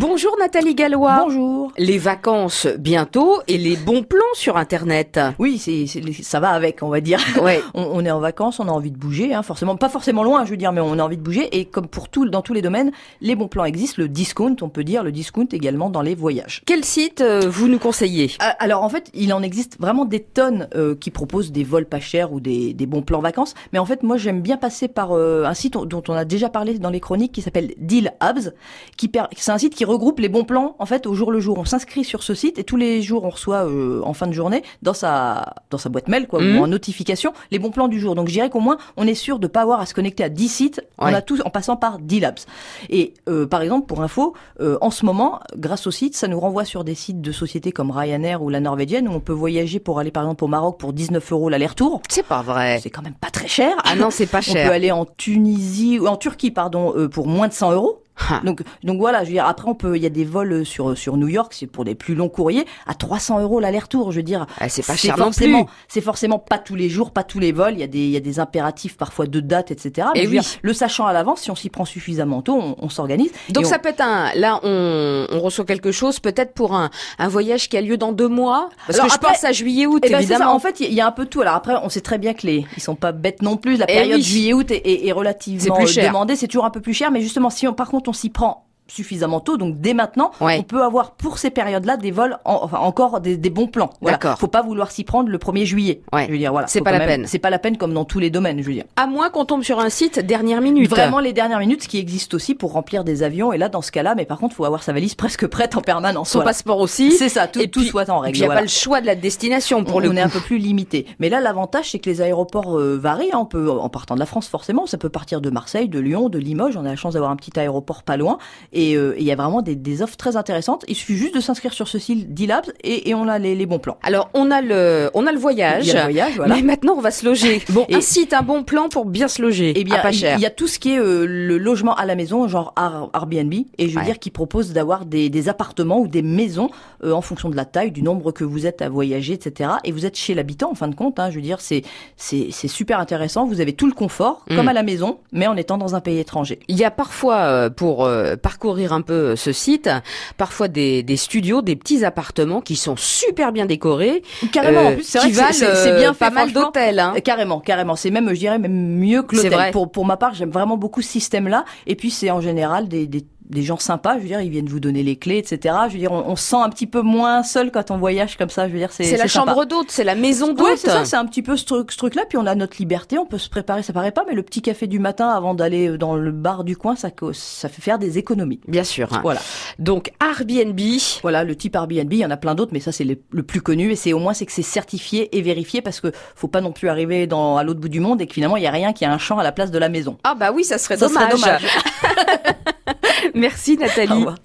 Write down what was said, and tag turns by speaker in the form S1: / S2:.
S1: Bonjour Nathalie Gallois.
S2: Bonjour.
S1: Les vacances bientôt et les bons plans sur Internet.
S2: Oui, c'est, c'est- ça va avec, on va dire.
S1: Ouais.
S2: On, on est en vacances, on a envie de bouger, hein, forcément, pas forcément loin, je veux dire, mais on a envie de bouger. Et comme pour tout, dans tous les domaines, les bons plans existent. Le discount, on peut dire, le discount également dans les voyages.
S1: Quel site euh, vous nous conseillez
S2: Ah, Alors en fait, il en existe vraiment des tonnes euh, qui proposent des vols pas chers ou des, des bons plans vacances. Mais en fait, moi, j'aime bien passer par euh, un site dont- dont on a déjà parlé dans les chroniques qui s'appelle Deal Hubs. Qui per- c'est un site qui regroupe les bons plans en fait au jour le jour. On s'inscrit sur ce site et tous les jours, on reçoit euh, en fin de journée dans sa dans sa boîte mail quoi,
S1: Mhm.
S2: ou en notification les bons plans du jour. Donc je dirais qu'au moins, on est sûr de pas avoir à se connecter à 10 sites.
S1: Ouais.
S2: On a tous en passant par Deal Hubs. Et euh, par exemple, pour info, euh, en ce moment, grâce au site, ça nous renvoie sur des sites de sociétés comme Ryanair ou la Norvégienne, où on peut voyager pour aller par exemple au Maroc pour 19 euros l'aller-retour.
S1: C'est pas vrai.
S2: C'est quand même pas très cher.
S1: Ah non, c'est pas
S2: On peut
S1: cher.
S2: aller en Tunisie ou en Turquie, pardon, euh, pour moins de 100 euros.
S1: Ah.
S2: Donc, donc voilà, je veux dire, après on peut, il y a des vols sur sur New York, c'est pour des plus longs courriers à 300 euros l'aller-retour. Je veux dire,
S1: Ah, c'est pas cher non plus.
S2: forcément, C'est forcément pas tous les jours, pas tous les vols. Il y a des, il y a des impératifs parfois de date, etc. Mais
S1: Eh
S2: je veux
S1: oui.
S2: dire, le sachant à l'avance, si on s'y prend suffisamment tôt, on, on s'organise.
S1: Donc
S2: Et on-
S1: ça peut être un. Là, on, on reçoit quelque chose peut-être pour un, un voyage qui a lieu dans deux mois. Parce
S2: Alors
S1: que je
S2: après-
S1: pense à juillet-août,
S2: Eh ben, c'est ça.
S1: évidemment.
S2: En fait, il y- il y a un peu de tout. Alors après, on sait très bien que les, ils sont pas bêtes non plus. La
S1: Eh
S2: période
S1: oui.
S2: juillet-août est, est- est
S1: C'est
S2: relativement
S1: plus
S2: euh,
S1: cher.
S2: demandée. C'est toujours un peu plus cher, mais justement, si on, par contre, on s'y prend suffisamment tôt, donc dès maintenant,
S1: Ouais.
S2: on peut avoir pour ces périodes-là des vols, en- enfin, encore des, des bons plans. Voilà.
S1: D'accord.
S2: Faut pas vouloir s'y prendre le 1er juillet.
S1: Ouais.
S2: Je veux dire, voilà.
S1: C'est
S2: Faut
S1: pas
S2: quand
S1: la
S2: même-
S1: peine.
S2: C'est pas la peine comme dans tous les domaines, je veux dire.
S1: À moins qu'on tombe sur un site dernière minute.
S2: Vraiment les dernières minutes, ce qui existe aussi pour remplir des avions. Et là, dans ce cas-là, mais par contre, faut avoir sa valise presque prête en permanence.
S1: Son
S2: Voilà.
S1: passeport aussi.
S2: C'est ça, tout,
S1: Et
S2: tout
S1: puis-
S2: soit en
S1: Il
S2: règle. Mm.
S1: n'y a
S2: voilà.
S1: pas le choix de la destination pour
S2: on,
S1: le
S2: on
S1: coup.
S2: est un peu plus limité. Mais là, l'avantage, c'est que les aéroports euh, varient. hein. On peut, en partant de la France, forcément, ça peut partir de Marseille, de Lyon, de Limoges. On a la chance d'avoir un petit aéroport pas loin. Et euh, et il y a vraiment des, des offres très intéressantes. Il suffit juste de s'inscrire sur ce site D-Labs et, et on a les, les bons plans.
S1: Alors on a le on a le voyage.
S2: Il y a le voyage, voilà.
S1: Mais maintenant on va se loger. bon,
S2: Et-
S1: un site, un bon plan pour bien se loger.
S2: Eh bien,
S1: à Ah, pas
S2: il-
S1: cher.
S2: il y a tout ce qui est euh, le logement à la maison, genre Ar- Airbnb, et je veux
S1: Ouais.
S2: dire qui propose d'avoir des, des appartements ou des maisons euh, en fonction de la taille, du nombre que vous êtes à voyager, etc. Et vous êtes chez l'habitant en fin de compte. Hein, je veux dire, c'est c'est c'est super intéressant. Vous avez tout le confort
S1: Mm.
S2: comme à la maison, mais en étant dans un pays étranger.
S1: Il y a parfois, euh, pour euh, parcourir un peu euh, ce site, parfois des, des studios, des petits appartements qui sont super bien décorés,
S2: Carrément.
S1: euh,
S2: en plus, c'est
S1: qui
S2: vrai que
S1: valent
S2: c'est- c'est c'est bien
S1: euh, pas
S2: fait,
S1: mal
S2: franchement.
S1: d'hôtels. hein.
S2: Euh, Carrément, carrément. C'est même, je dirais, même mieux que
S1: C'est
S2: l'hôtel.
S1: vrai.
S2: Pour, pour ma part, j'aime vraiment beaucoup ce système-là. Et puis, c'est en général des, des, des gens sympas. Je veux dire, ils viennent vous donner les clés, etc. Je veux dire, on, on se sent un petit peu moins seul quand on voyage comme ça. Je veux dire, c'est
S1: C'est la
S2: sympa.
S1: chambre d'hôte, c'est la maison d'hôte.
S2: Ouais, c'est ça, c'est un petit peu ce truc, ce truc-là. Puis on a notre liberté, on peut se préparer, ça paraît pas, mais le petit café du matin avant d'aller euh, dans le bar du coin, ça, cause- ça fait faire des économies.
S1: Bien sûr. hein.
S2: Voilà.
S1: Donc Airbnb.
S2: Voilà, le type Airbnb, il y en a plein d'autres, mais ça c'est le, le plus connu. Et c'est au moins c'est que c'est certifié et vérifié parce que faut pas non plus arriver dans, à l'autre bout du monde et que finalement il y a rien qui a un champ à la place de la maison.
S1: Ah bah oui, ça serait
S2: Ça serait
S1: dommage.
S2: dommage.
S1: Merci Nathalie.
S2: Au revoir.